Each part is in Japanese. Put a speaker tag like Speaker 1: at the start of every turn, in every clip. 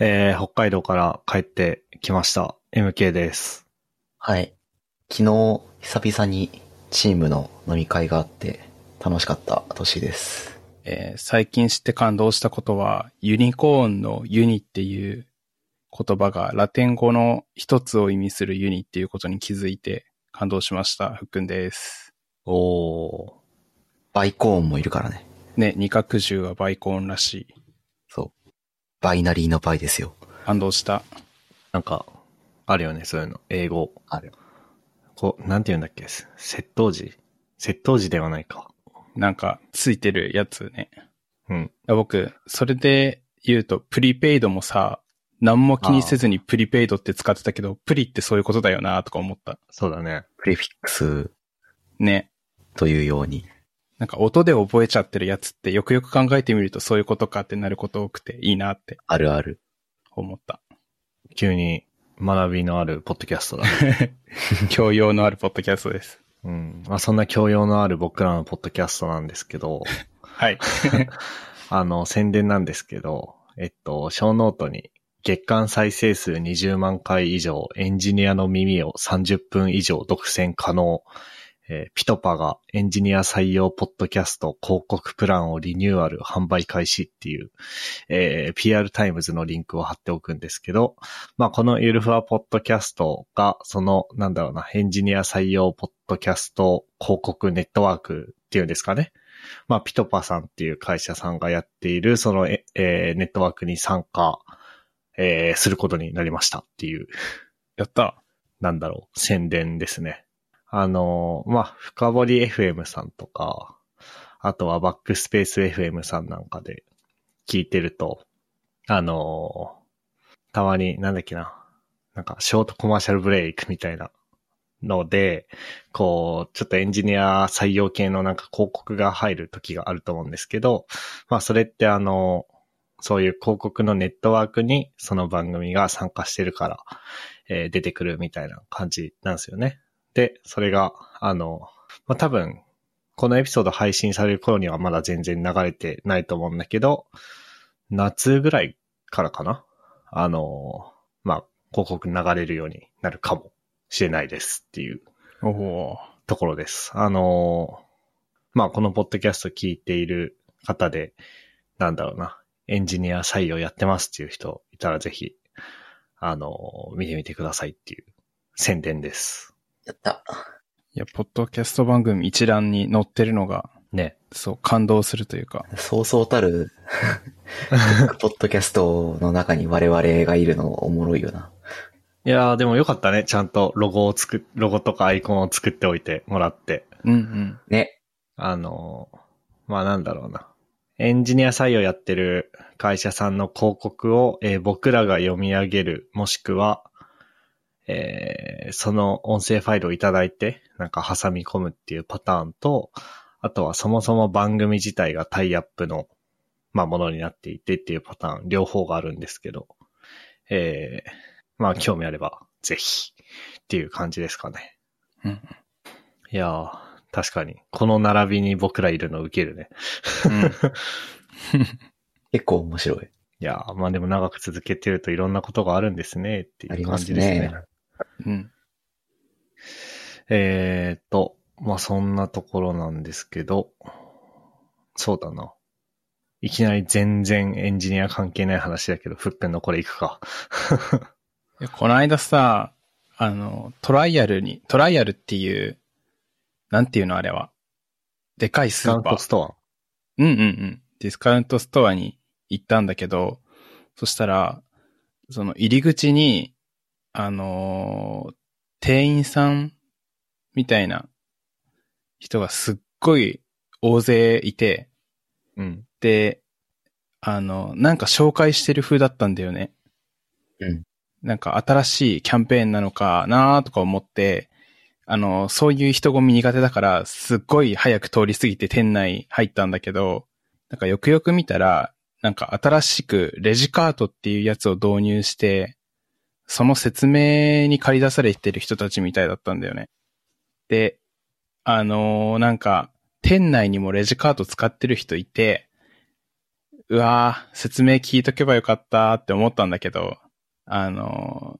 Speaker 1: えー、北海道から帰ってきました。MK です。
Speaker 2: はい。昨日、久々にチームの飲み会があって、楽しかった年です。
Speaker 3: えー最近知って感動したことは、ユニコーンのユニっていう言葉がラテン語の一つを意味するユニっていうことに気づいて感動しました。ふっくんです。
Speaker 1: おー。
Speaker 2: バイコーンもいるからね。
Speaker 3: ね、二角獣はバイコーンらしい。
Speaker 2: そう。バイナリーのバイですよ。
Speaker 3: 感動した。
Speaker 1: なんか、あるよね、そういうの。英語。
Speaker 2: ある。
Speaker 1: こう、なんて言うんだっけせ窃盗時窃盗時ではないか。
Speaker 3: なんか、ついてるやつね。
Speaker 1: うん。
Speaker 3: 僕、それで言うと、プリペイドもさ、何も気にせずにプリペイドって使ってたけど、プリってそういうことだよなとか思った。
Speaker 1: そうだね。
Speaker 2: プレフィックス
Speaker 3: ね。
Speaker 2: というように。
Speaker 3: なんか音で覚えちゃってるやつってよくよく考えてみるとそういうことかってなること多くていいなって
Speaker 2: あるある。
Speaker 3: 思った。
Speaker 1: 急に学びのあるポッドキャストだね。
Speaker 3: 教養のあるポッドキャストです。
Speaker 1: うん。まあ、そんな教養のある僕らのポッドキャストなんですけど、
Speaker 3: はい。
Speaker 1: あの、宣伝なんですけど、えっと、小ノートに月間再生数20万回以上、エンジニアの耳を30分以上独占可能、えーピトパがエンジニア採用ポッドキャスト広告プランをリニューアル販売開始っていう、えー PR タイムズのリンクを貼っておくんですけど、まあ、このゆるふわポッドキャストが、その、なんだろうな、エンジニア採用ポッドキャスト広告ネットワークっていうんですかね。まあ、ピトパさんっていう会社さんがやっている、その、ええーネットワークに参加、えーすることになりましたっていう、
Speaker 3: やった。
Speaker 1: なんだろう、宣伝ですね。あのーまあ、深掘り FM さんとか、あとはバックスペース FM さんなんかで聞いてると、あのーたまに、なんだっけな、なんか、ショートコマーシャルブレイクみたいなので、こう、ちょっとエンジニア採用系のなんか広告が入る時があると思うんですけど、まあそれってあの、そういう広告のネットワークにその番組が参加してるから、えー出てくるみたいな感じなんですよね。で、それが、あの、まあ多分、このエピソード配信される頃にはまだ全然流れてないと思うんだけど、夏ぐらいからかなあの、まあ、広告流れるようになるかもしれないですっていう
Speaker 3: おおー。
Speaker 1: ところです。あのーまあ、このポッドキャスト聞いている方で、なんだろうな、エンジニア採用やってますっていう人いたらぜひ、あのー見てみてくださいっていう宣伝です。
Speaker 2: やった。
Speaker 3: いや、ポッドキャスト番組一覧に載ってるのが、
Speaker 1: ね。
Speaker 3: そう、感動するというか、
Speaker 2: そうそう たる、ポッドキャストの中に我々がいるのおもろいよな。
Speaker 1: いやー、でもよかったね。ちゃんとロゴを作っ、ロゴとかアイコンを作っておいてもらって。
Speaker 3: うんうん。
Speaker 2: ね。
Speaker 1: あのーまあ、なんだろうな。エンジニア採用やってる会社さんの広告を、えー僕らが読み上げる、もしくは、えーその音声ファイルをいただいて、なんか挟み込むっていうパターンと、あとはそもそも番組自体がタイアップの、まあ、ものになっていてっていうパターン、両方があるんですけど、えーまあ、興味あれば、ぜひ、っていう感じですかね。
Speaker 3: うん
Speaker 1: いやー、確かに。この並びに僕らいるの受けるね。
Speaker 2: 結構面白い。
Speaker 1: いやー、まあでも長く続けてるといろんなことがあるんですね、って
Speaker 2: あ
Speaker 1: い
Speaker 2: り
Speaker 1: う
Speaker 2: ま
Speaker 1: 感
Speaker 2: す
Speaker 1: じですね。
Speaker 2: ね。
Speaker 3: うん。うん。
Speaker 1: えーっと、まあそんなところなんですけど、そうだな。いきなり全然エンジニア関係ない話だけど、フックンのこれいくか。
Speaker 3: いやこの間さ、あの、トライアルに、トライアルっていう、なんていうのあれは。でかいス
Speaker 1: ガ
Speaker 3: ー
Speaker 1: ン
Speaker 3: パ
Speaker 1: コ
Speaker 3: ー
Speaker 1: ス。ト
Speaker 3: うんうんうん。ディスカウントストアに行ったんだけど、そしたら、その入り口に、あのー店員さんみたいな人がすっごい大勢いて、
Speaker 1: ア。うん。
Speaker 3: で、あの、なんか紹介してる風だったんだよね。
Speaker 2: うん。
Speaker 3: なんか新しいキャンペーンなのかなとか思って、あの、そういう人混み苦手だから、すっごい早く通り過ぎて店内入ったんだけど、なんかよくよく見たら、なんか新しくレジカートっていうやつを導入して、その説明に借り出されてる人たちみたいだったんだよね。で、あのーなんか、店内にもレジカート使ってる人いて、うわー、説明聞いとけばよかったって思ったんだけど、あのー、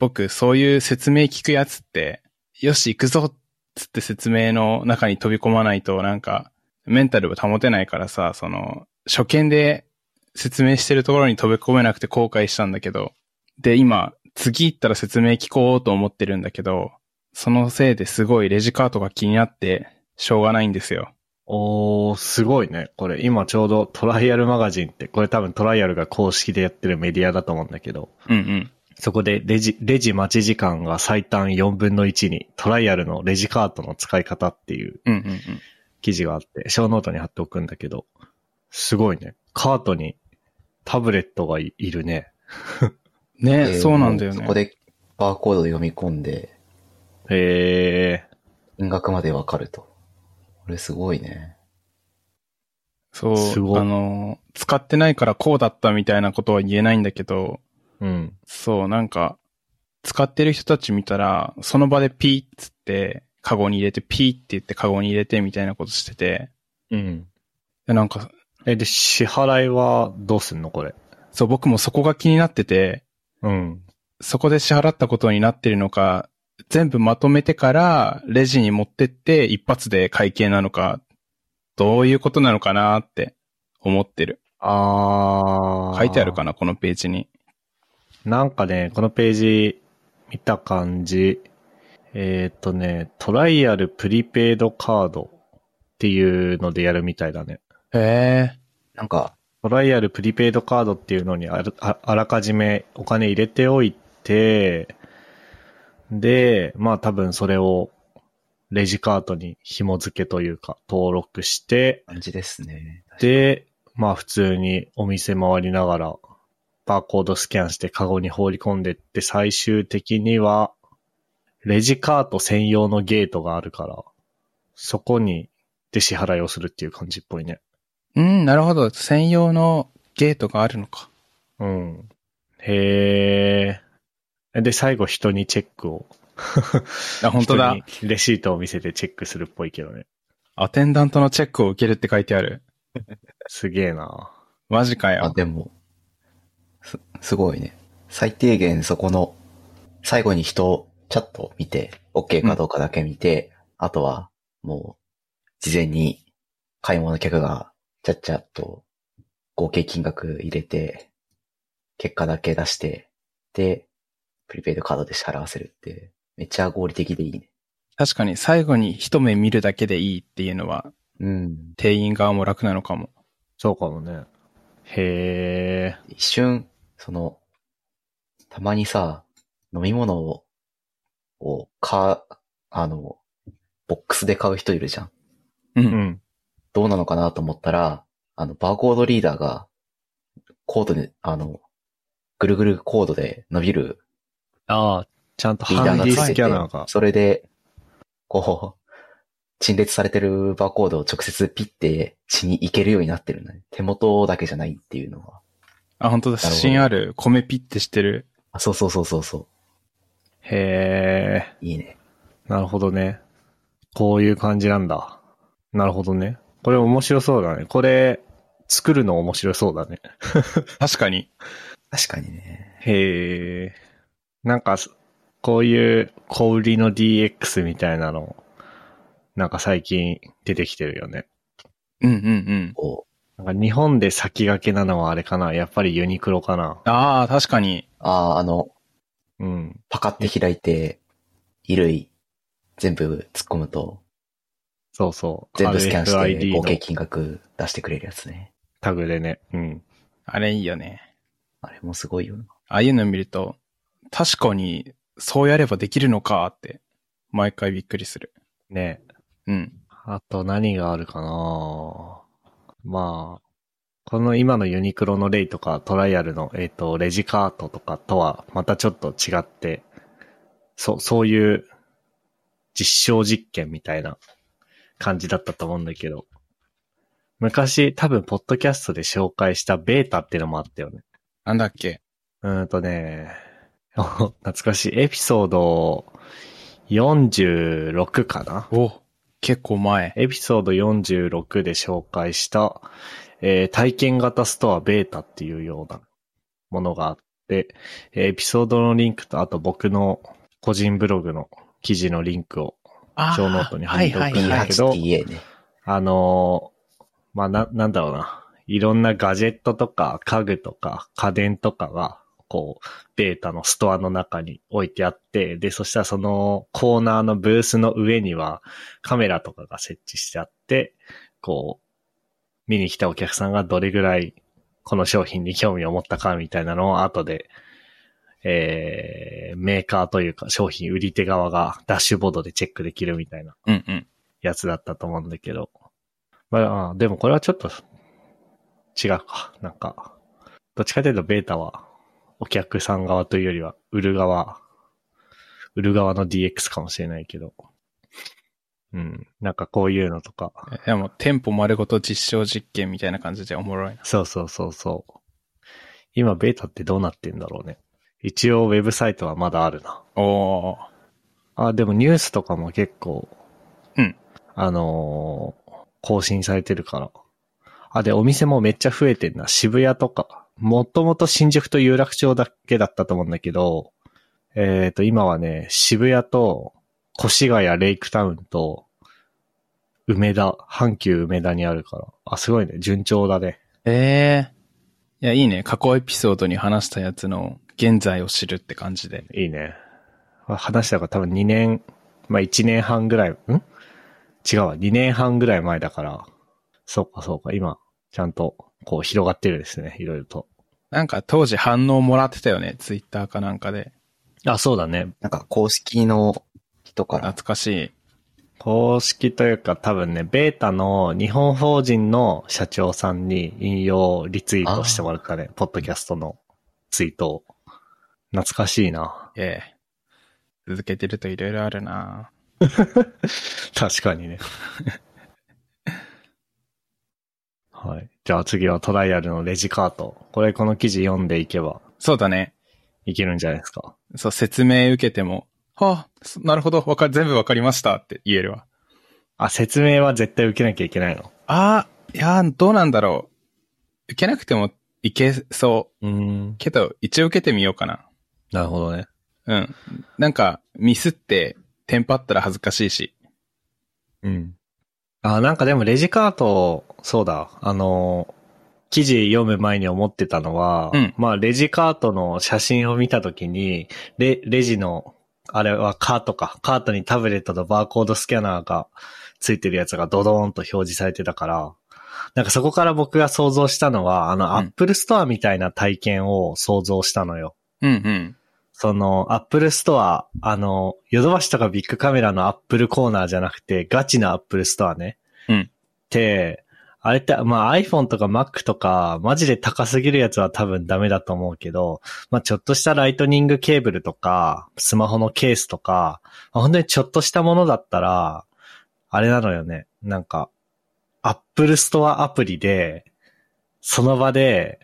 Speaker 3: 僕、そういう説明聞くやつって、よし、行くぞっつって説明の中に飛び込まないと、なんか、メンタルを保てないからさ、その、初見で説明してるところに飛び込めなくて後悔したんだけど、で、今、次行ったら説明聞こうと思ってるんだけど、そのせいですごいレジカートが気になって、しょうがないんですよ。
Speaker 1: おー、すごいね。これ今ちょうどトライアルマガジンって、これ多分トライアルが公式でやってるメディアだと思うんだけど、
Speaker 3: うんうん。
Speaker 1: そこでレジ、レジ待ち時間が最短4分の1に、トライアルのレジカートの使い方っていう
Speaker 3: うんうんうん。
Speaker 1: 記事があって、小ノートに貼っておくんだけど、すごいね。カートにタブレットがいいるね。
Speaker 3: ね、
Speaker 2: で
Speaker 3: そうなんだよ
Speaker 2: も
Speaker 3: ね。
Speaker 2: そこでバーコードを読み込んで、
Speaker 1: へえ
Speaker 2: 金額までわかると。これすごいね。
Speaker 3: そう、
Speaker 1: すごい
Speaker 3: あの、使ってないからこうだったみたいなことは言えないんだけど、
Speaker 1: ー。うん。
Speaker 3: そう、なんか、使ってる人たち見たら、その場でピーっつって、カゴに入れて、ピーって言ってカゴに入れてみたいなことしてて、
Speaker 1: うん。
Speaker 3: でなんか、
Speaker 1: え、で、支払いはどうすんのこれ。
Speaker 3: そう、僕もそこが気になってて、
Speaker 1: うん。
Speaker 3: そこで支払ったことになってるのか、全部まとめてから、レジに持ってって、一発で会計なのか、どういうことなのかなって思ってる。
Speaker 1: あー。
Speaker 3: 書いてあるかな、このページに。
Speaker 1: なんかね、このページ見た感じ、えっ、とね、トライアルプリペイドカードっていうのでやるみたいだね。
Speaker 3: へえ。
Speaker 2: なんか、
Speaker 1: トライアルプリペイドカードっていうのにあるああらかじめお金入れておいて、で、まあ多分それをレジカートに紐付けというか登録して、
Speaker 2: 感じですね。
Speaker 1: で、まあ普通にお店回りながら、バーコードスキャンしてカゴに放り込んでって、最終的には、レジカート専用のゲートがあるから、そこに、で支払いをするっていう感じっぽいね。
Speaker 3: うん、なるほど。専用のゲートがあるのか。
Speaker 1: うん。へえ。で、最後人にチェックを。
Speaker 3: あ、本当だ。
Speaker 1: 人にレシートを見せてチェックするっぽいけどね。
Speaker 3: アテンダントのチェックを受けるって書いてある。
Speaker 1: すげえな。
Speaker 3: マジか
Speaker 2: あ、
Speaker 3: よ。
Speaker 2: でも、す、すごいね。最低限そこの、最後に人をチャットを見て、OK かどうかだけ見て、あとは、もう、事前に買い物客が、ちゃっちゃっと、合計金額入れて、結果だけ出して、で、プリペイドカードで支払わせるって、めっちゃ合理的でいいね。
Speaker 3: 確かに最後に一目見るだけでいいっていうのは、
Speaker 2: うん。
Speaker 3: 店員側も楽なのかも。
Speaker 1: そうかもね。へえ。
Speaker 2: 一瞬、その、たまにさ、飲み物を、を、か、あの、ボックスで買う人いるじゃん。
Speaker 3: う。
Speaker 1: うんん。
Speaker 2: どうなのかなと思ったら、あの、バーコードリーダーが、コードで、あの、ぐるぐるコードで伸びる
Speaker 1: ああ、ちゃんと
Speaker 2: リーダ
Speaker 1: ハ
Speaker 2: ー
Speaker 1: ンディ
Speaker 2: がつ
Speaker 1: ス
Speaker 2: いて
Speaker 1: キ
Speaker 2: て
Speaker 1: ャナーが、。
Speaker 2: それで、こう、陳列されてるバーコードを直接ピッて血に行けるようになってるんだね。手元だけじゃないっていうのは。
Speaker 3: あ、本当だ。
Speaker 2: なるほ
Speaker 3: 写
Speaker 2: ど
Speaker 3: 真ある。米ピッてしてる。
Speaker 2: あ、そうそうそうそうそ
Speaker 1: へえ。
Speaker 2: う。いいね。
Speaker 1: なるほどね。こういう感じなんだ。なるほどね。これ面白そうだね。これ、作るの面白そうだね。
Speaker 3: 確かに。
Speaker 2: 確かにね。
Speaker 1: へえ。なんか、そこういう小売りの DX みたいなの、なんか最近出てきてるよね。
Speaker 3: うんうんうん。
Speaker 2: こう、
Speaker 1: なんか日本で先駆けなのはあれかなやっぱりユニクロかな
Speaker 3: ああ、確かに。
Speaker 2: ああ、あの、
Speaker 1: うん。
Speaker 2: パカって開いて、衣類、全部突っ込むと、
Speaker 1: そうそう。
Speaker 2: 全部スキャンして
Speaker 1: RFID
Speaker 2: 合計
Speaker 1: の
Speaker 2: 金額出してくれるやつね。
Speaker 1: タグでね。うん。
Speaker 3: あれいいよね。
Speaker 2: あれもすごいよな。
Speaker 3: ああいうの見ると、確かに、そうやればできるのかって、毎回びっくりする。
Speaker 1: ね
Speaker 3: うん。
Speaker 1: あと何があるかなまあ、この今のユニクロの例とかトライアルの、えっ、と、レジカートとかとはまたちょっと違って、そう、そういう実証実験みたいな感じだったと思うんだけど、昔多分ポッドキャストで紹介したベータっていうのもあったよね。
Speaker 3: なんだっけ
Speaker 1: うーんとね、 お懐かしい。エピソード46かな
Speaker 3: お結構前。
Speaker 1: エピソード46で紹介した、えー体験型ストアベータっていうようなものがあって、えーエピソードのリンクと、あと僕の個人ブログの記事のリンクを、
Speaker 3: あ
Speaker 1: 小ノートに貼りとくんだけど
Speaker 3: はいはいはい
Speaker 2: B8TA ね。
Speaker 1: あのーまあ、な、なんだろうな。いろんなガジェットとか家具とか家電とかが、こう、ベータのストアの中に置いてあって、で、そしたらそのコーナーのブースの上にはカメラとかが設置してあって、こう、見に来たお客さんがどれぐらいこの商品に興味を持ったかみたいなのを後で、えー、メーカーというか商品売り手側がダッシュボードでチェックできるみたいな
Speaker 3: うんうん。
Speaker 1: やつだったと思うんだけど。まあまあ、でもこれはちょっと違うか。なんか、どっちかというとベータはお客さん側というよりは売る側、売る側の DX かもしれないけど。うん。なんかこういうのとか。
Speaker 3: でも、店舗丸ごと実証実験みたいな感じでおもろいな。
Speaker 1: そうそうそうそう。今ベータってどうなってんだろうね。一応ウェブサイトはまだあるな。
Speaker 3: おー。
Speaker 1: あ、でもニュースとかも結構、
Speaker 3: うん。
Speaker 1: あのー更新されてるから。あ、で、お店もめっちゃ増えてんな。渋谷とか。もともと新宿と有楽町だけだったと思うんだけど、えっ、と、今はね、渋谷と、越谷レイクタウンと、梅田、阪急梅田にあるから。あ、すごいね。順調だね。
Speaker 3: ええいや、いいね。過去エピソードに話したやつの現在を知るって感じで。
Speaker 1: いいね。まあ話したのが多分2年、まあ1年半ぐらい、ん違うわ、2年半ぐらい前だから、そうかそうか、今、ちゃんと、こう広がってるですね、いろいろと。
Speaker 3: なんか当時反応もらってたよね。ツイッターかなんかで。
Speaker 1: あ、そうだね。
Speaker 2: なんか公式の人から、
Speaker 3: 懐かしい。
Speaker 1: 公式というか多分ね、ベータの日本法人の社長さんに引用リツイートしてもらったね、ポッドキャストのツイートを。懐かしいな。
Speaker 3: ええ続けてるといろいろあるな
Speaker 1: 確かにね。 はい。じゃあ次はトライアルのレジカート。これこの記事読んでいけば
Speaker 3: そうだね。
Speaker 1: いけるんじゃないですか。
Speaker 3: そう、説明受けても、はあ、そなるほど、わか、全部わかりましたって言えるわ。
Speaker 1: あ、説明は絶対受けなきゃいけないの。
Speaker 3: ああ、いやー、どうなんだろう。受けなくてもいけそう
Speaker 1: ーん
Speaker 3: う。。けど、一応受けてみようかな。
Speaker 1: なるほどね。
Speaker 3: うん。なんか、ミスって、テンパったら恥ずかしいし。
Speaker 1: うん。あ、なんかでもレジカート、そうだ、あの、記事読む前に思ってたのは、
Speaker 3: うん
Speaker 1: まあレジカートの写真を見たときに、レ、レジの、あれはカートか、カートにタブレットとバーコードスキャナーがついてるやつがドドーンと表示されてたから、なんかそこから僕が想像したのは、あ
Speaker 3: ん
Speaker 1: の、アップルストアみたいな体験を想像したのよ。
Speaker 3: うんうん。
Speaker 1: その、アップルストア、あの、ヨドバシとかビッグカメラのアップルコーナーじゃなくて、ガチなアップルストアね。
Speaker 3: うん
Speaker 1: って、あれって、まあ iPhone とか Mac とか、マジで高すぎるやつは多分ダメだと思うけど、まあちょっとしたライトニングケーブルとか、スマホのケースとか、まあ本当にちょっとしたものだったら、あれなのよね。なんか、Apple Store アプリで、その場で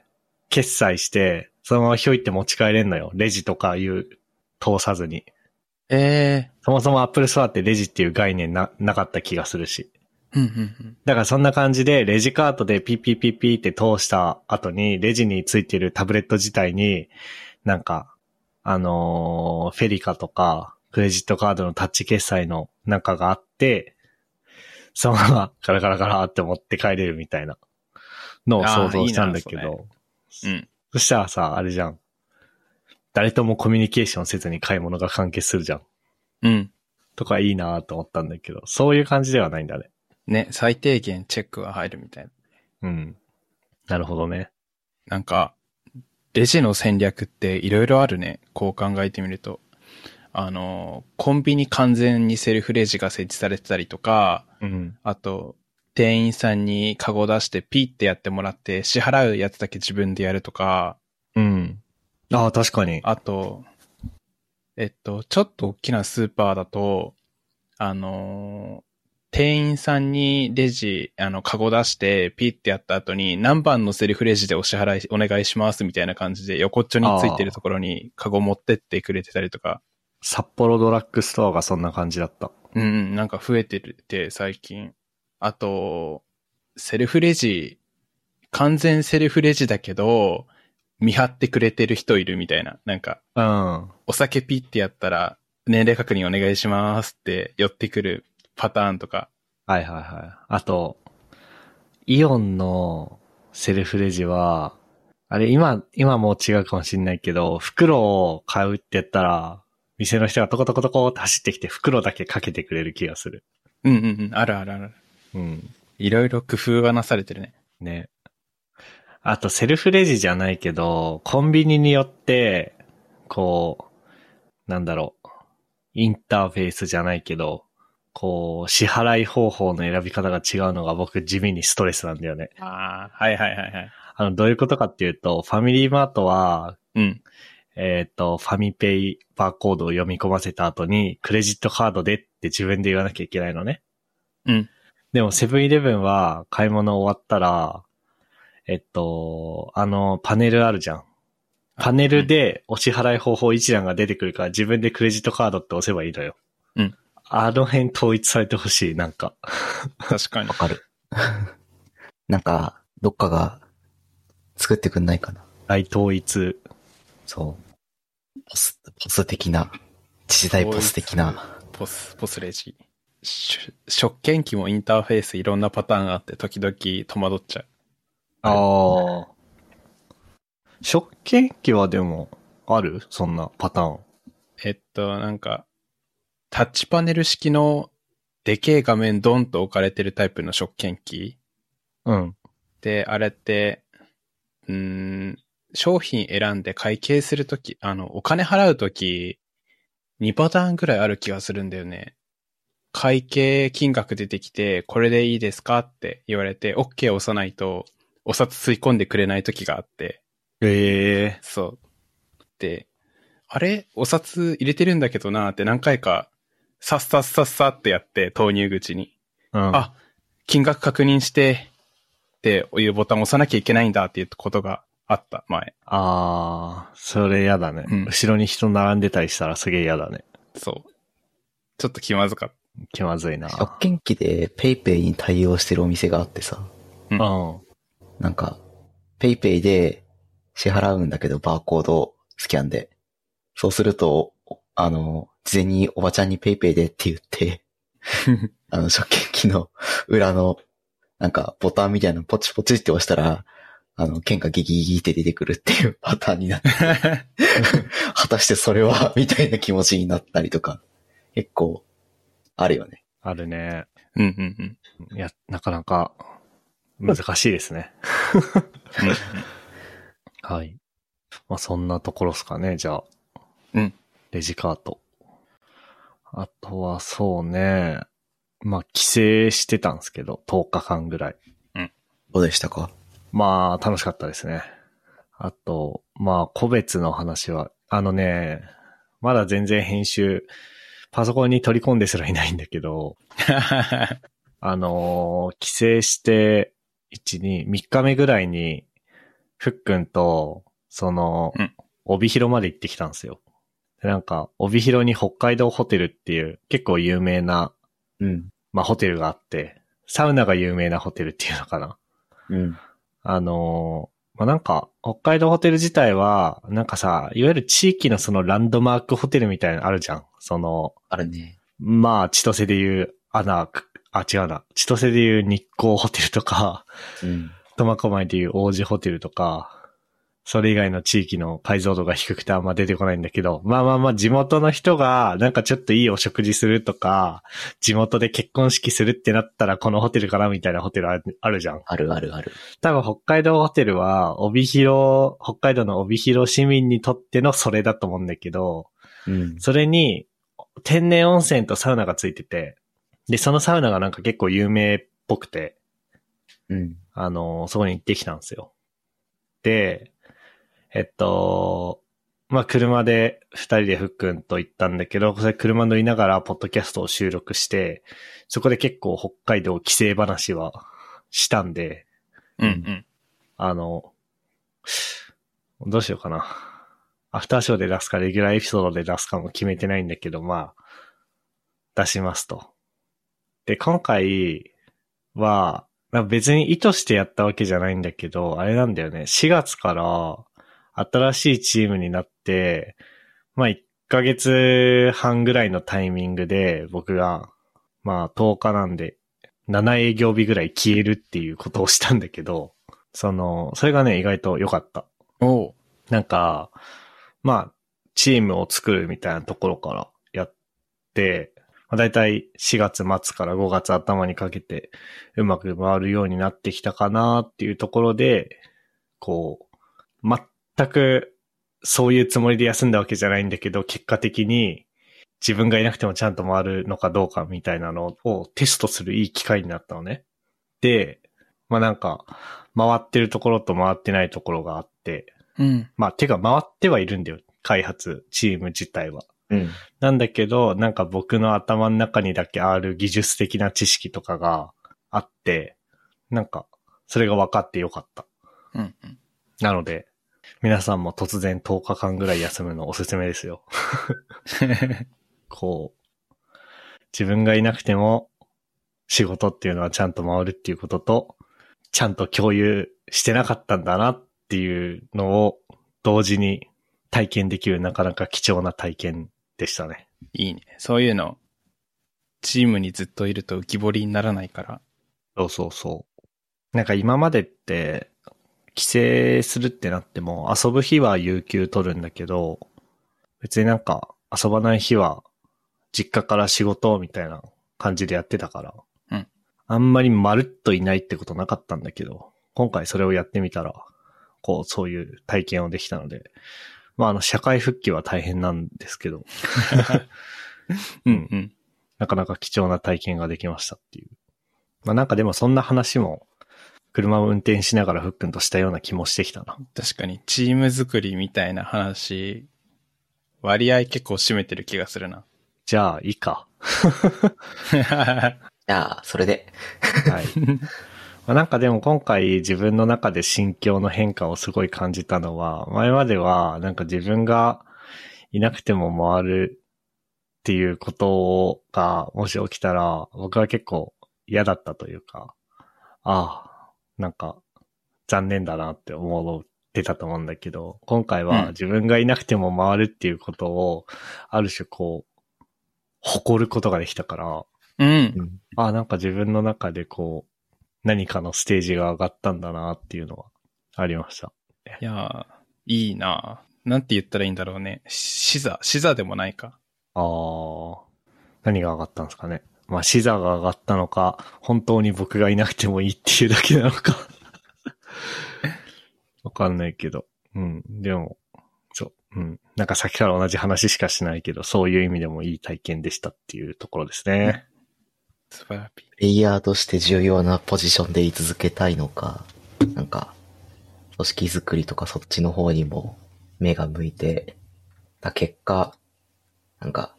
Speaker 1: 決済して、そのままひょいって持ち帰れんのよ。レジとかいう、通さずに。
Speaker 3: え
Speaker 1: そもそも Apple Store ってレジっていう概念な、なかった気がするし。
Speaker 3: えうんうんうん。
Speaker 1: だからそんな感じで、レジカートでピッピッピッピッって通した後に、レジについてるタブレット自体に、なんか、あのーフェリカとか、クレジットカードのタッチ決済のなんかがあって、そのままガラガラガラって持って帰れるみたいなのを想像したんだけ
Speaker 3: あーいいな
Speaker 1: ど、
Speaker 3: それうん
Speaker 1: そしたらさ、あれじゃん。誰ともコミュニケーションせずに買い物が完結するじゃん。
Speaker 3: うん。
Speaker 1: とかいいなと思ったんだけど、そういう感じではないんだね。
Speaker 3: ね、最低限チェックは入るみたいな。
Speaker 1: うん。なるほどね。
Speaker 3: なんか、レジの戦略っていろいろあるね。こう考えてみると。あの、コンビニ完全にセルフレジが設置されてたりとか、
Speaker 1: うん。
Speaker 3: あと、店員さんにカゴ出してピッてやってもらって、支払うやつだけ自分でやるとか、
Speaker 1: うん。ああ、確かに。
Speaker 3: あと、えっと、ちょっと大きなスーパーだと、あのー店員さんにレジ、あの、カゴ出して、ピッてやった後に、何番のセルフレジでお支払い、お願いします、みたいな感じで、横っちょについてるところに、カゴ持ってってくれてたりとか、
Speaker 1: 札幌ドラッグストアがそんな感じだった。
Speaker 3: うんうん、なんか増えてるって、最近。あと、セルフレジ完全セルフレジだけど、見張ってくれてる人いるみたいな。なんか、
Speaker 1: うん。
Speaker 3: お酒ピッてやったら、年齢確認お願いしますって寄ってくるパターンとか。
Speaker 1: はいはいはい。あと、イオンのセルフレジは、あれ今、今もう違うかもしんないけど、袋を買うって言ったら、店の人がトコトコトコって走ってきて袋だけかけてくれる気がする。
Speaker 3: うんうんうん、あるあるある。
Speaker 1: うん。
Speaker 3: いろいろ工夫はなされてるね。
Speaker 1: ね。あと、セルフレジじゃないけど、コンビニによって、こう、なんだろう、インターフェースじゃないけど、こう、支払い方法の選び方が違うのが僕地味にストレスなんだよね。
Speaker 3: ああ、はいはいはいはい。
Speaker 1: あの、どういうことかっていうと、ファミリーマートは、
Speaker 3: うん。
Speaker 1: えっ、と、ファミペイバーコードを読み込ませた後に、クレジットカードでって自分で言わなきゃいけないのね。
Speaker 3: うん。
Speaker 1: でも、セブンイレブンは買い物終わったら、えっと、あの、パネルあるじゃん。パネルでお支払い方法一覧が出てくるから、自分でクレジットカードって押せばいいのよ。
Speaker 3: うん。
Speaker 1: あの辺統一されてほしい、なんか。
Speaker 3: 確かに
Speaker 2: わ。かる。 なんか、どっかが作ってくんないかな。
Speaker 1: 大統一。
Speaker 2: そう。ポス、ポス的な。次世代ポス的な。
Speaker 3: ポス、ポスレジ。し食券機もインターフェースいろんなパターンあって時々戸惑っちゃう。
Speaker 1: ああ。食券機はでも、あるそんなパターン。
Speaker 3: えっと、なんか、タッチパネル式のでけえ画面ドンと置かれてるタイプの食券機
Speaker 1: うん。
Speaker 3: で、あれって、うーん、商品選んで会計するとき、あの、お金払うとき、2パターンぐらいある気がするんだよね。会計金額出てきて、これでいいですかって言われて、OK を押さないと、お札吸い込んでくれないときがあって、
Speaker 1: ええ
Speaker 3: そう。で、あれお札入れてるんだけどなーって何回か、さっさっさっさってやって、投入口に。
Speaker 1: うん。
Speaker 3: あ、金額確認して、っていうボタンを押さなきゃいけないんだっていうことがあった、前。
Speaker 1: あー、それやだね、
Speaker 3: うん
Speaker 1: 後ろに人並んでたりしたらすげえやだね。
Speaker 3: そう。ちょっと気まずかっ
Speaker 1: 気まずいな。
Speaker 2: 食券機で PayPay に対応してるお店があってさ、
Speaker 1: うん。
Speaker 2: なんか、PayPay で支払うんだけど、バーコードスキャンで。そうすると、あの、事前におばちゃんに PayPay でって言って、
Speaker 3: た。
Speaker 2: あの、食券機の裏の、なんか、ボタンみたいなのポチポチって押したら、あの、剣がギギギって出てくるっていう パターンになって、果たしてそれは、みたいな気持ちになったりとか、結構、あるよね。
Speaker 1: あるね。
Speaker 3: うんうんうん。
Speaker 1: いや、なかなか、難しいですね。はい。まあ、そんなところですかね、じゃあ。
Speaker 3: うん。
Speaker 1: レジカート。あとは、そうね。まあ、帰省してたんですけど、10日間ぐらい。
Speaker 2: どうでしたか
Speaker 1: まあ、楽しかったですね。あと、まあ、個別の話は、あのね、まだ全然編集、パソコンに取り込んですらいないんだけど、あのー帰省して、1、2、3日目ぐらいに、ふっくんと、その、
Speaker 3: うん
Speaker 1: 帯広まで行ってきたんですよ。でなんか、帯広に北海道ホテルっていう、結構有名な、
Speaker 2: うん。
Speaker 1: まあ、ホテルがあって、サウナが有名なホテルっていうのかな。
Speaker 2: うん。
Speaker 1: あのーまあ、なんか、北海道ホテル自体は、なんかさ、いわゆる地域のそのランドマークホテルみたいなのあるじゃん。その、
Speaker 2: あるね。
Speaker 1: まあ、千歳で言う、アナーク、あ、違うな。千歳で言う日光ホテルとか、
Speaker 2: うん。
Speaker 1: 苫小牧でいう王子ホテルとか、それ以外の地域の解像度が低くてあんま出てこないんだけど、まあまあまあ地元の人がなんかちょっといいお食事するとか、地元で結婚式するってなったらこのホテルかなみたいなホテルあるあるじゃん。
Speaker 2: あるあるある。
Speaker 1: 多分北海道ホテルは、帯広、北海道の帯広市民にとってのそれだと思うんだけど、
Speaker 2: うん。
Speaker 1: それに、天然温泉とサウナがついてて、で、そのサウナがなんか結構有名っぽくて、
Speaker 2: うん。
Speaker 1: あの、そこに行ってきたんですよ。で、えっと、まあ、車で二人でふっくんと行ったんだけど、それ車乗りながらポッドキャストを収録して、そこで結構北海道帰省話はしたんで、
Speaker 3: うんうん。
Speaker 1: あの、どうしようかな。アフターショーで出すか、レギュラーエピソードで出すかも決めてないんだけど、まあ、出しますと。で、今回は、な別に意図してやったわけじゃないんだけど、あれなんだよね。4月から新しいチームになって、まあ1ヶ月半ぐらいのタイミングで僕が、まあ10日なんで7営業日ぐらい消えるっていうことをしたんだけど、その、それがね意外と良かった。
Speaker 3: おう
Speaker 1: なんか、まあ、チームを作るみたいなところからやって、まあ、だいたい4月末から5月頭にかけてうまく回るようになってきたかなっていうところで、こう、全くそういうつもりで休んだわけじゃないんだけど、結果的に自分がいなくてもちゃんと回るのかどうかみたいなのをテストするいい機会になったのね。で、まあなんか、回ってるところと回ってないところがあって、
Speaker 3: うん。
Speaker 1: まあ、てか回ってはいるんだよ。開発、チーム自体は。
Speaker 2: うん。
Speaker 1: なんだけど、なんか僕の頭の中にだけある技術的な知識とかがあって、なんか、それが分かってよかった。
Speaker 3: うん。
Speaker 1: なので、皆さんも突然10日間ぐらい休むのおすすめですよ。こう、自分がいなくても仕事っていうのはちゃんと回るっていうことと、ちゃんと共有してなかったんだなっていうのを同時に体験できるなかなか貴重な体験でしたね。
Speaker 3: いいね。そういうの、チームにずっといると浮き彫りにならないから。
Speaker 1: そうそうそう。なんか今までって、帰省するってなっても遊ぶ日は有給取るんだけど、別になんか遊ばない日は実家から仕事みたいな感じでやってたから、
Speaker 3: うん
Speaker 1: あんまりまるっといないってことなかったんだけど、今回それをやってみたら、こうそういう体験をできたので、まああの社会復帰は大変なんですけど、うん
Speaker 3: うん。
Speaker 1: なかなか貴重な体験ができましたっていう。まあなんかでもそんな話も、車を運転しながらふっくんとしたような気もしてきたな。
Speaker 3: 確かに、チーム作りみたいな話、割合結構占めてる気がするな。
Speaker 1: じゃあ、いいか。
Speaker 2: じゃあ、それで。
Speaker 1: はい。 まあなんかでも今回自分の中で心境の変化をすごい感じたのは、前まではなんか自分がいなくても回るっていうことがもし起きたら、僕は結構嫌だったというか、ああ、なんか残念だなって思ってたと思うんだけど、今回
Speaker 3: うん
Speaker 1: は自分がいなくても回るっていうことを、ある種こう、誇ることができたから、
Speaker 3: うん。
Speaker 1: あ、なんか自分の中でこう、何かのステージが上がったんだなっていうのはありました。
Speaker 3: いやー、いいなぁなんて言ったらいいんだろうね。し死座、死座でもないか。
Speaker 1: あー。何が上がったんですかね。まあ、視座が上がったのか、本当に僕がいなくてもいいっていうだけなのか。 わかんないけど。うん。でも、そう。うん。なんかさっきから同じ話しかしないけど、そういう意味でもいい体験でしたっていうところですね。
Speaker 3: スパラピ。
Speaker 2: プレイヤーとして重要なポジションで居続けたいのか、なんか、組織づくりとかそっちの方にも目が向いてた結果、なんか、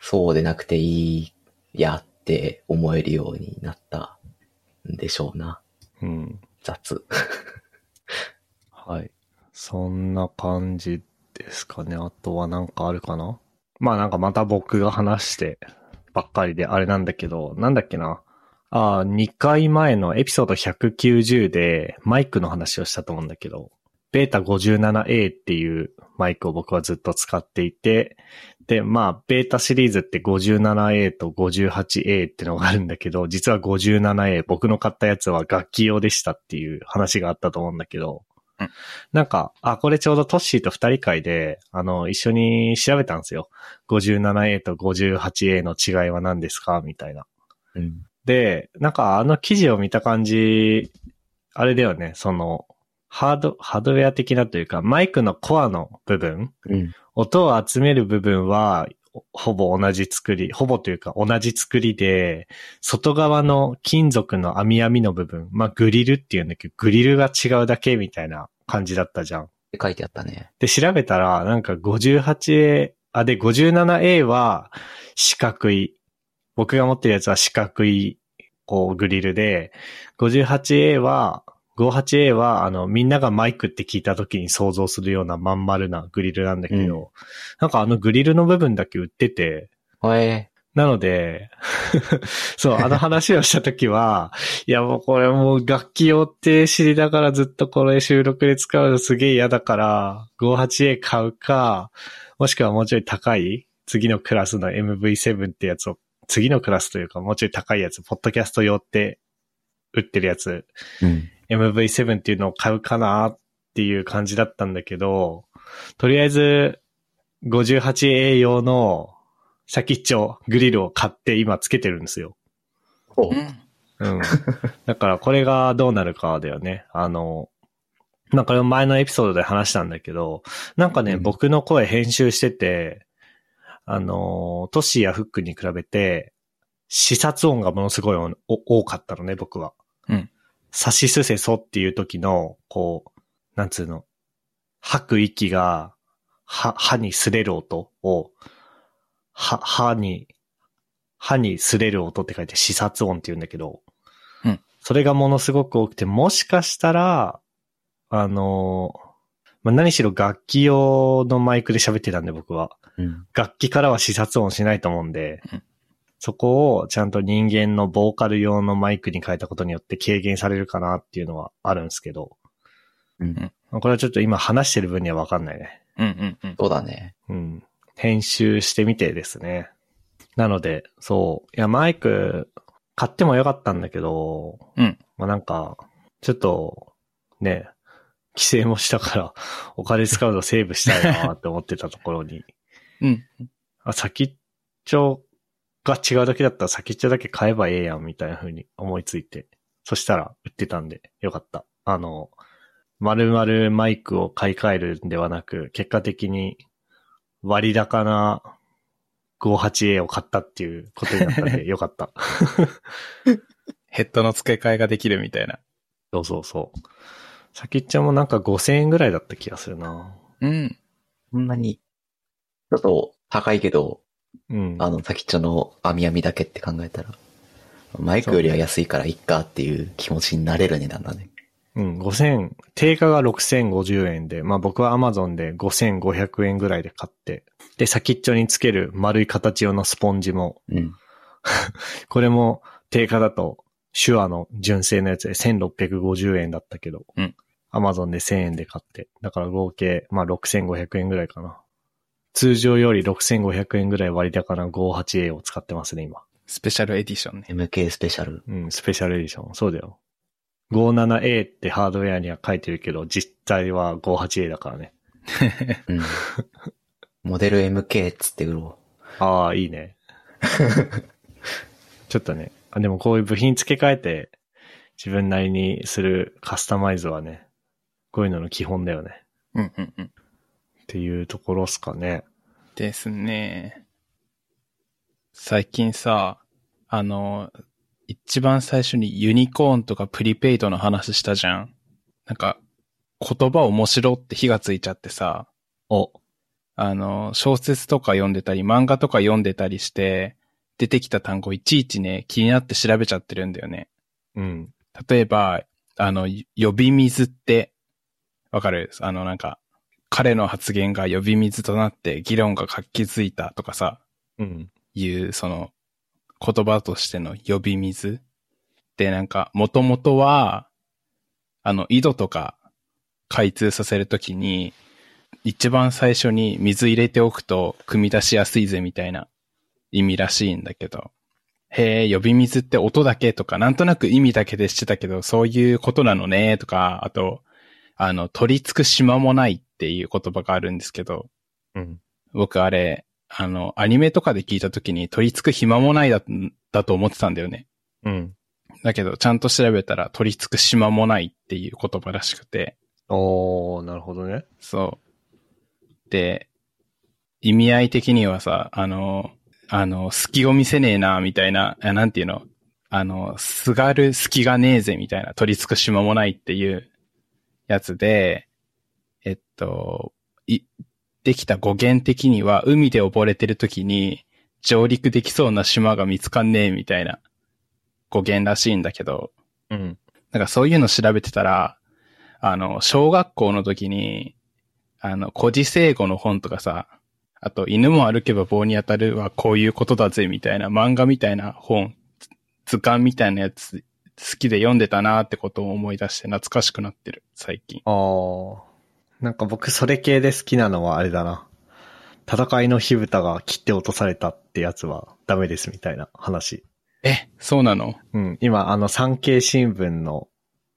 Speaker 2: そうでなくていいやって思えるようになったんでしょうな。
Speaker 1: うん。
Speaker 2: 雑。
Speaker 1: はい。そんな感じですかね。あとはなんかあるかなまあなんかまた僕が話してばっかりであれなんだけど、なんだっけな。ああ、2回前のエピソード190でマイクの話をしたと思うんだけど、ベータ 57A っていうマイクを僕はずっと使っていて、で、まあ、ベータシリーズって 57A と 58A ってのがあるんだけど、実は 57A、僕の買ったやつは楽器用でしたっていう話があったと思うんだけど、なんか、あ、これちょうどトッシーと二人会で、あの、一緒に調べたんですよ。57A と 58A の違いは何ですかみたいな。
Speaker 2: うん。
Speaker 1: で、なんかあの記事を見た感じ、あれだよね、その、ハード、ハードウェア的なというか、マイクのコアの部分、
Speaker 2: うん。
Speaker 1: 音を集める部分は、ほぼ同じ作り、ほぼというか同じ作りで、外側の金属の網網の部分、まあグリルっていうんだけど、グリルが違うだけみたいな感じだったじゃん。
Speaker 2: って書いてあったね。
Speaker 1: で、調べたら、なんか 58A、あ、で、57A は四角い。僕が持ってるやつは四角い、こう、グリルで、58A は、58A は、あの、みんながマイクって聞いた時に想像するようなまん丸なグリルなんだけど、なんかあのグリルの部分だけ売ってて、
Speaker 2: ほえ
Speaker 1: なので、 そう、あの話をしたときは、いやもうこれもう楽器用って知りながらずっとこれ収録で使うのすげえ嫌だから、58A 買うか、もしくはもうちょい高い、次のクラスの MV7 ってやつを、次のクラスというかもうちょい高いやつ、ポッドキャスト用って売ってるやつ、
Speaker 2: うん。
Speaker 1: MV7 っていうのを買うかなっていう感じだったんだけど、とりあえず 58A 用の先っちょグリルを買って今つけてるんですよ。
Speaker 2: お
Speaker 1: うん。だからこれがどうなるかだよね。あの、なんかこれも前のエピソードで話したんだけど、なんかね、
Speaker 2: うん
Speaker 1: 僕の声編集してて、あの、トシやフックに比べて、視察音がものすごいおお多かったのね、僕は。
Speaker 3: うん。
Speaker 1: 差しすせそっていう時の、こう、なんつうの、吐く息が、は、歯に擦れる音を、は、歯に、歯に擦れる音って書いて視察音って言うんだけど、
Speaker 3: うん
Speaker 1: それがものすごく多くて、もしかしたら、あのーまあ、何しろ楽器用のマイクで喋ってたんで僕は。
Speaker 2: うん。
Speaker 1: 楽器からは視察音しないと思うんで、
Speaker 3: うん
Speaker 1: そこをちゃんと人間のボーカル用のマイクに変えたことによって軽減されるかなっていうのはあるんですけど、
Speaker 2: うん。
Speaker 1: まあこれはちょっと今話してる分にはわかんないね。
Speaker 3: うんうんうん。
Speaker 2: そうだね。
Speaker 1: うん。編集してみてですね。なので、そう。いや、マイク、買ってもよかったんだけど、
Speaker 3: うん。
Speaker 1: まあ、なんか、ちょっと、ね、規制もしたから、お金使うのセーブしたいなって思ってたところに、
Speaker 3: うん。
Speaker 1: あ、先っちょが違うだけだったら先っちょだけ買えばええやんみたいな風に思いついて、そしたら売ってたんでよかった。あの、丸々マイクを買い替えるんではなく、結果的に割高な 58A を買ったっていうことになったんで よかった。
Speaker 3: ヘッドの付け替えができるみたいな。
Speaker 1: そうそうそう。先っちょもなんか5000円ぐらいだった気がするな。
Speaker 3: うん。
Speaker 2: そんなに、ちょっと高いけど、
Speaker 1: うん。
Speaker 2: あの、先っちょの網網だけって考えたら、マイクよりは安いからいっかっていう気持ちになれる値段だね。
Speaker 1: うん、5000、定価が6050円で、まあ僕は Amazon で5500円ぐらいで買って、で、先っちょにつける丸い形用のスポンジも、
Speaker 2: うん。
Speaker 1: これも定価だと、手話の純正のやつで1650円だったけど、
Speaker 3: うん
Speaker 1: Amazon で1000円で買って、だから合計、まあ6500円ぐらいかな。通常より6500円ぐらい割高な 58A を使ってますね、今。
Speaker 3: スペシャルエディションね。
Speaker 2: MK スペシャル。
Speaker 1: うん、スペシャルエディション。そうだよ。57A ってハードウェアには書いてるけど、実際は 58A だからね。
Speaker 2: うん。 モデル MK っつって売ろ
Speaker 1: ああ、いいね。 ちょっとね。あでもこういう部品付け替えて、自分なりにするカスタマイズはね、こういうのの基本だよね。
Speaker 3: うんうんうん。
Speaker 1: っていうところっすかね。
Speaker 3: ですね。最近さ、あの、一番最初にユニコーンとかプリペイドの話したじゃん。なんか、言葉面白って火がついちゃってさ、
Speaker 1: お、
Speaker 3: あの、小説とか読んでたり、漫画とか読んでたりして、出てきた単語いちいちね、気になって調べちゃってるんだよね。
Speaker 1: うん。
Speaker 3: 例えば、あの、呼び水って、わかるあの、なんか、彼の発言が呼び水となって議論が活気づいたとかさ、
Speaker 1: うん。
Speaker 3: いう、その、言葉としての呼び水で、なんか、もともとは、あの、井戸とか開通させるときに、一番最初に水入れておくと、組み出しやすいぜみたいな意味らしいんだけど、へえ、呼び水って音だけとか、なんとなく意味だけでしてたけど、そういうことなのね、とか、あと、あの、取り付く島もないっていう言葉があるんですけど、
Speaker 1: うん。
Speaker 3: 僕あれ、あの、アニメとかで聞いた時に取り付く暇もないだ、だと思ってたんだよね。
Speaker 1: うん。
Speaker 3: だけど、ちゃんと調べたら取り付く島もないっていう言葉らしくて、
Speaker 1: おー、なるほどね。
Speaker 3: そう。で、意味合い的にはさ、あの、あの、隙を見せねえな、みたいな、あなんていうの、あの、すがる隙がねえぜ、みたいな、取り付く島もないっていうやつで、えっと、い、できた語源的には、海で溺れてる時に、上陸できそうな島が見つかんねえ、みたいな語源らしいんだけど、
Speaker 1: うん。
Speaker 3: なんかそういうの調べてたら、あの、小学校の時に、あの、古事成語の本とかさ、あと、犬も歩けば棒に当たるはこういうことだぜみたいな漫画みたいな本、つ図鑑みたいなやつ好きで読んでたなーってことを思い出して懐かしくなってる、最近。
Speaker 1: あー。なんか僕それ系で好きなのはあれだな。戦いの火蓋が切って落とされたってやつはダメですみたいな話。
Speaker 3: え、そうなの
Speaker 1: うん。今、あの、産経新聞の、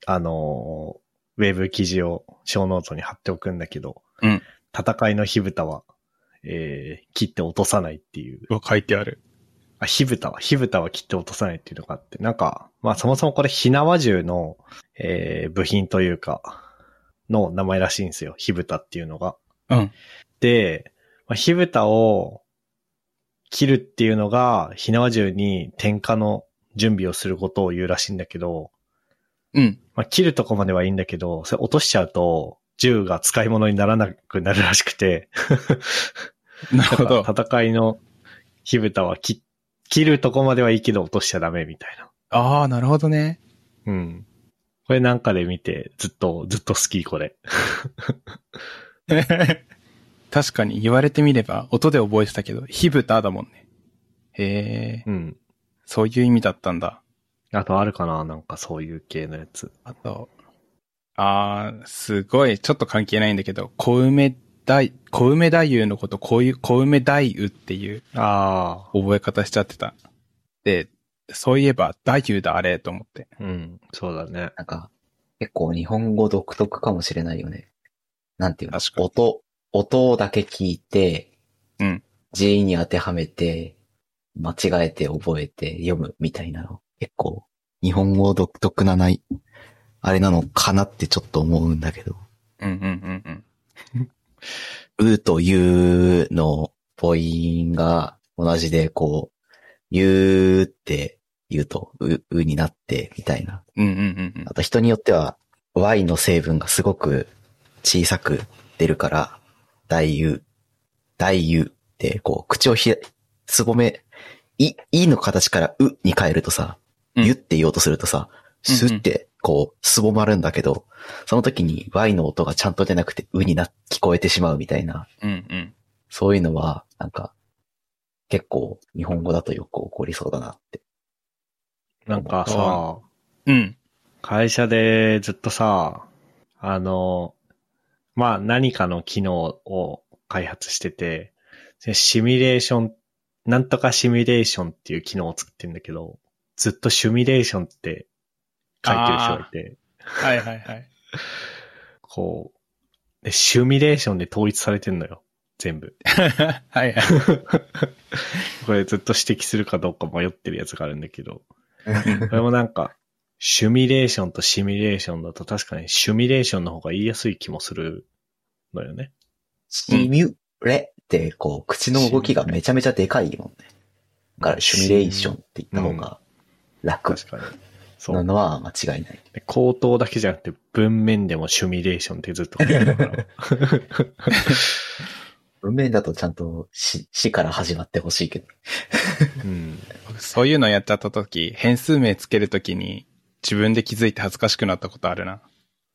Speaker 1: あのーウェブ記事を小ノートに貼っておくんだけど、
Speaker 3: うん。
Speaker 1: 戦いの火蓋は、えー、切って落とさないっていう。
Speaker 3: うわ書いてある。
Speaker 1: あ、火蓋は、火蓋は切って落とさないっていうのがあって、なんか、まあそもそもこれ、火縄銃の、えー、部品というか、の名前らしいんですよ。火蓋っていうのが。
Speaker 3: うん。
Speaker 1: で、まあ、火蓋を切るっていうのが、火縄銃に点火の準備をすることを言うらしいんだけど、
Speaker 3: うん。
Speaker 1: まあ、切るとこまではいいんだけど、それ落としちゃうと、銃が使い物にならなくなるらしくて、
Speaker 3: なるほど。
Speaker 1: 戦いの火蓋は切、切るとこまではいいけど落としちゃダメみたいな。
Speaker 3: ああ、なるほど ね。
Speaker 1: うん。これなんかで見て、ずっと、ずっと好き、これ。
Speaker 3: 確かに言われてみれば、音で覚えてたけど、火蓋だもんね。へえ、
Speaker 1: うん。
Speaker 3: そういう意味だったんだ。
Speaker 1: あとあるかななんかそういう系のやつ。
Speaker 3: あと、あー、すごい、ちょっと関係ないんだけど、小梅大、小梅太夫のこと、こういう、小梅大夫っていう
Speaker 1: あ
Speaker 3: 覚え方しちゃってた。で、そういえば、大夫だ、あれ、と思って。
Speaker 1: あ。うん。そうだね。
Speaker 2: なんか、結構日本語独特かもしれないよね。なんていうの
Speaker 3: 確かに
Speaker 2: 音、音だけ聞いて、
Speaker 3: うん。
Speaker 2: 字に当てはめて、間違えて覚えて読むみたいなの。結構、日本語独特なない、あれなのかなってちょっと思うんだけど。
Speaker 3: うんうんうんうん。
Speaker 2: うというの母音が同じで、こう、ゆうって言うと、う、うになって、みたいな。
Speaker 3: うんうんうんうん
Speaker 2: あ。と人によっては Y の成分がすごく小さく出るから、大油、大油ってこう口をひら、すぼめ、い、いの形からうに変えるとさ、
Speaker 3: うん
Speaker 2: ゆって言おうとするとさ、すってこうすぼまるんだけど、その時に Y の音がちゃんと出なくてうにな、聞こえてしまうみたいな、
Speaker 3: うんうん。
Speaker 2: そういうのはなんか結構日本語だとよく起こりそうだなって。
Speaker 1: なんかさ
Speaker 3: あ、うん。
Speaker 1: 会社でずっとさ、あの、まあ何かの機能を開発してて、でシミュレーション、なんとかシミュレーションっていう機能を作ってんだけど、ずっとシュミレーションって書いてる人がいて、
Speaker 3: はいはいはい。
Speaker 1: こう、でシュミレーションで統一されてんのよ。全部。
Speaker 3: はいはい。
Speaker 1: これずっと指摘するかどうか迷ってるやつがあるんだけど、これもなんか、シュミレーションとシミュレーションだと確かにシュミレーションの方が言いやすい気もするのよね。
Speaker 2: シミュレって、こう、口の動きがめちゃめちゃでかいもんね。だから、シミュレーションって言った方が楽
Speaker 1: 確かに。そ
Speaker 2: な
Speaker 1: う。
Speaker 2: のは間違いない。
Speaker 1: で口頭だけじゃなくて文面でもシュミレーションってずっと書いてるから。
Speaker 2: 文面だとちゃんとし、しから始まってほしいけど。
Speaker 1: うん。
Speaker 3: 僕そういうのやっちゃった時、変数名つけるときに、自分で気づいて恥ずかしくなったことあるな。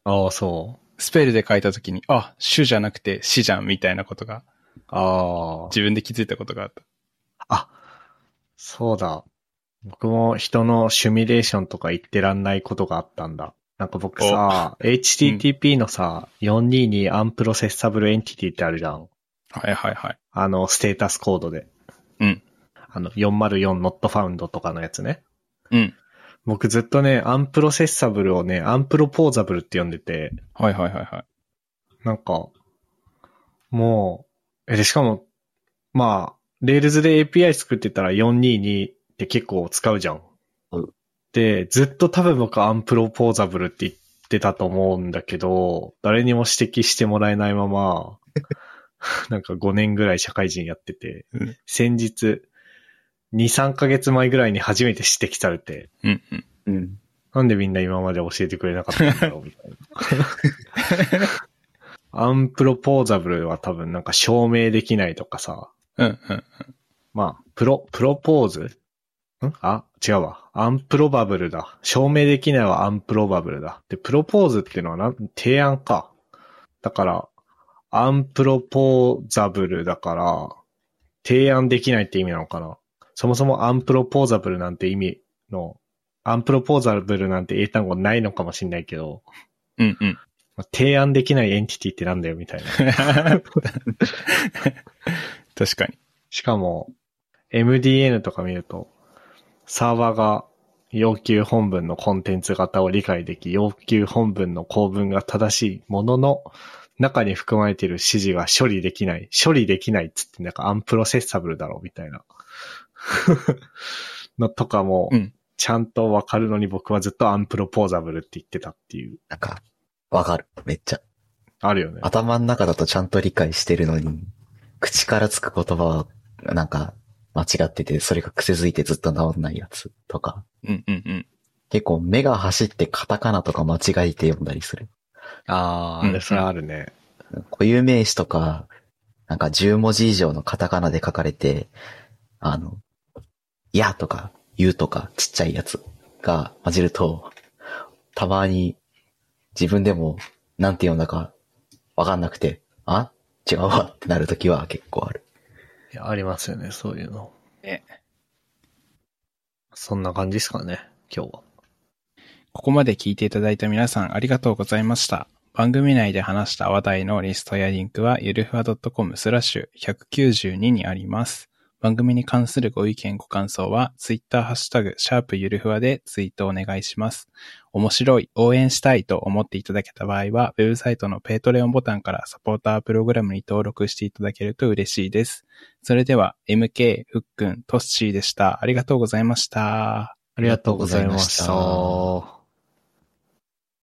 Speaker 1: ああ、そ
Speaker 3: スペルで書いたときに、あ、主じゃなくて死じゃんみたいなことが、
Speaker 1: う。あ
Speaker 3: 自分で気づいたことがあった。
Speaker 1: あ。あ、そうだ。僕も人のシュミレーションとか言ってらんないことがあったんだ。なんか僕さ、HTTP のさ、422アンプロセッサブルエンティティってあるじゃん。
Speaker 3: はいはいはい。
Speaker 1: あの、ステータスコードで。
Speaker 3: うん。
Speaker 1: あの、404 not found とかのやつね。
Speaker 3: うん。
Speaker 1: 僕ずっとね、アンプロセッサブルをね、アンプロポーザブルって呼んでて、
Speaker 3: はいはいはいはい。
Speaker 1: なんか、もう、え、で、しかも、まあ、レールズで API 作ってたら422って結構使うじゃん。
Speaker 2: うん
Speaker 1: で、ずっと多分僕アンプロポーザブルって言ってたと思うんだけど、誰にも指摘してもらえないまま、なんか5年ぐらい社会人やってて、
Speaker 3: うん
Speaker 1: 先日、2、3ヶ月前ぐらいに初めて指摘されて、
Speaker 3: うんうん。
Speaker 2: うん。
Speaker 1: なんでみんな今まで教えてくれなかったんだろうみたいな。アンプロポーザブルは多分なんか証明できないとかさ。
Speaker 3: うんうん。
Speaker 1: まあ、プロ、プロポーズんあ、違うわ。アンプロバブルだ。証明できないはアンプロバブルだ。で、プロポーズっていうのはなん提案か。だから、アンプロポーザブルだから、提案できないって意味なのかなそもそもアンプロポーザブルなんて意味の、アンプロポーザブルなんて英単語ないのかもしれないけど、
Speaker 3: うんうん。
Speaker 1: まあ提案できないエンティティってなんだよみたいな。
Speaker 3: 確かに。
Speaker 1: しかも、MDN とか見ると、サーバーが要求本文のコンテンツ型を理解でき、要求本文の構文が正しいものの、中に含まれている指示が処理できない。処理できないっつってなんかアンプロセッサブルだろ、みたいな。 のとかも
Speaker 3: うん、
Speaker 1: ちゃんとわかるのに僕はずっとアンプロポーザブルって言ってたっていう。
Speaker 2: なんか、わかる。めっちゃ。
Speaker 1: あるよね。
Speaker 2: 頭の中だとちゃんと理解してるのに、口からつく言葉は、なんか、間違ってて、それが癖づいてずっと治んないやつとか。
Speaker 3: うんうんうん。
Speaker 2: 結構目が走ってカタカナとか間違えて読んだりする。
Speaker 1: あ
Speaker 3: うん
Speaker 1: あ、それはあるね。
Speaker 2: 固有名詞とか、なんか10文字以上のカタカナで書かれて、あの、いやとか、言うとか、ちっちゃいやつが混じると、たまに自分でもなんて読んだかわかんなくて、あ違うわってなるときは結構ある。
Speaker 1: いやありますよね、そういうの。
Speaker 3: ね
Speaker 1: そんな感じですかね、今日は。
Speaker 3: ここまで聞いていただいた皆さんありがとうございました。番組内で話した話題のリストやリンクは、ゆるふわ .com スラッシュ192にあります。番組に関するご意見、ご感想は、ツイッターハッシュタグ、シャープゆるふわでツイートお願いします。面白い、応援したいと思っていただけた場合は、ウェブサイトのペイトレオンボタンからサポータープログラムに登録していただけると嬉しいです。それでは、MK、ふっくん、トッシーでした。ありがとうございました。
Speaker 1: ありがとうございまし
Speaker 2: ありがとうございま
Speaker 1: た。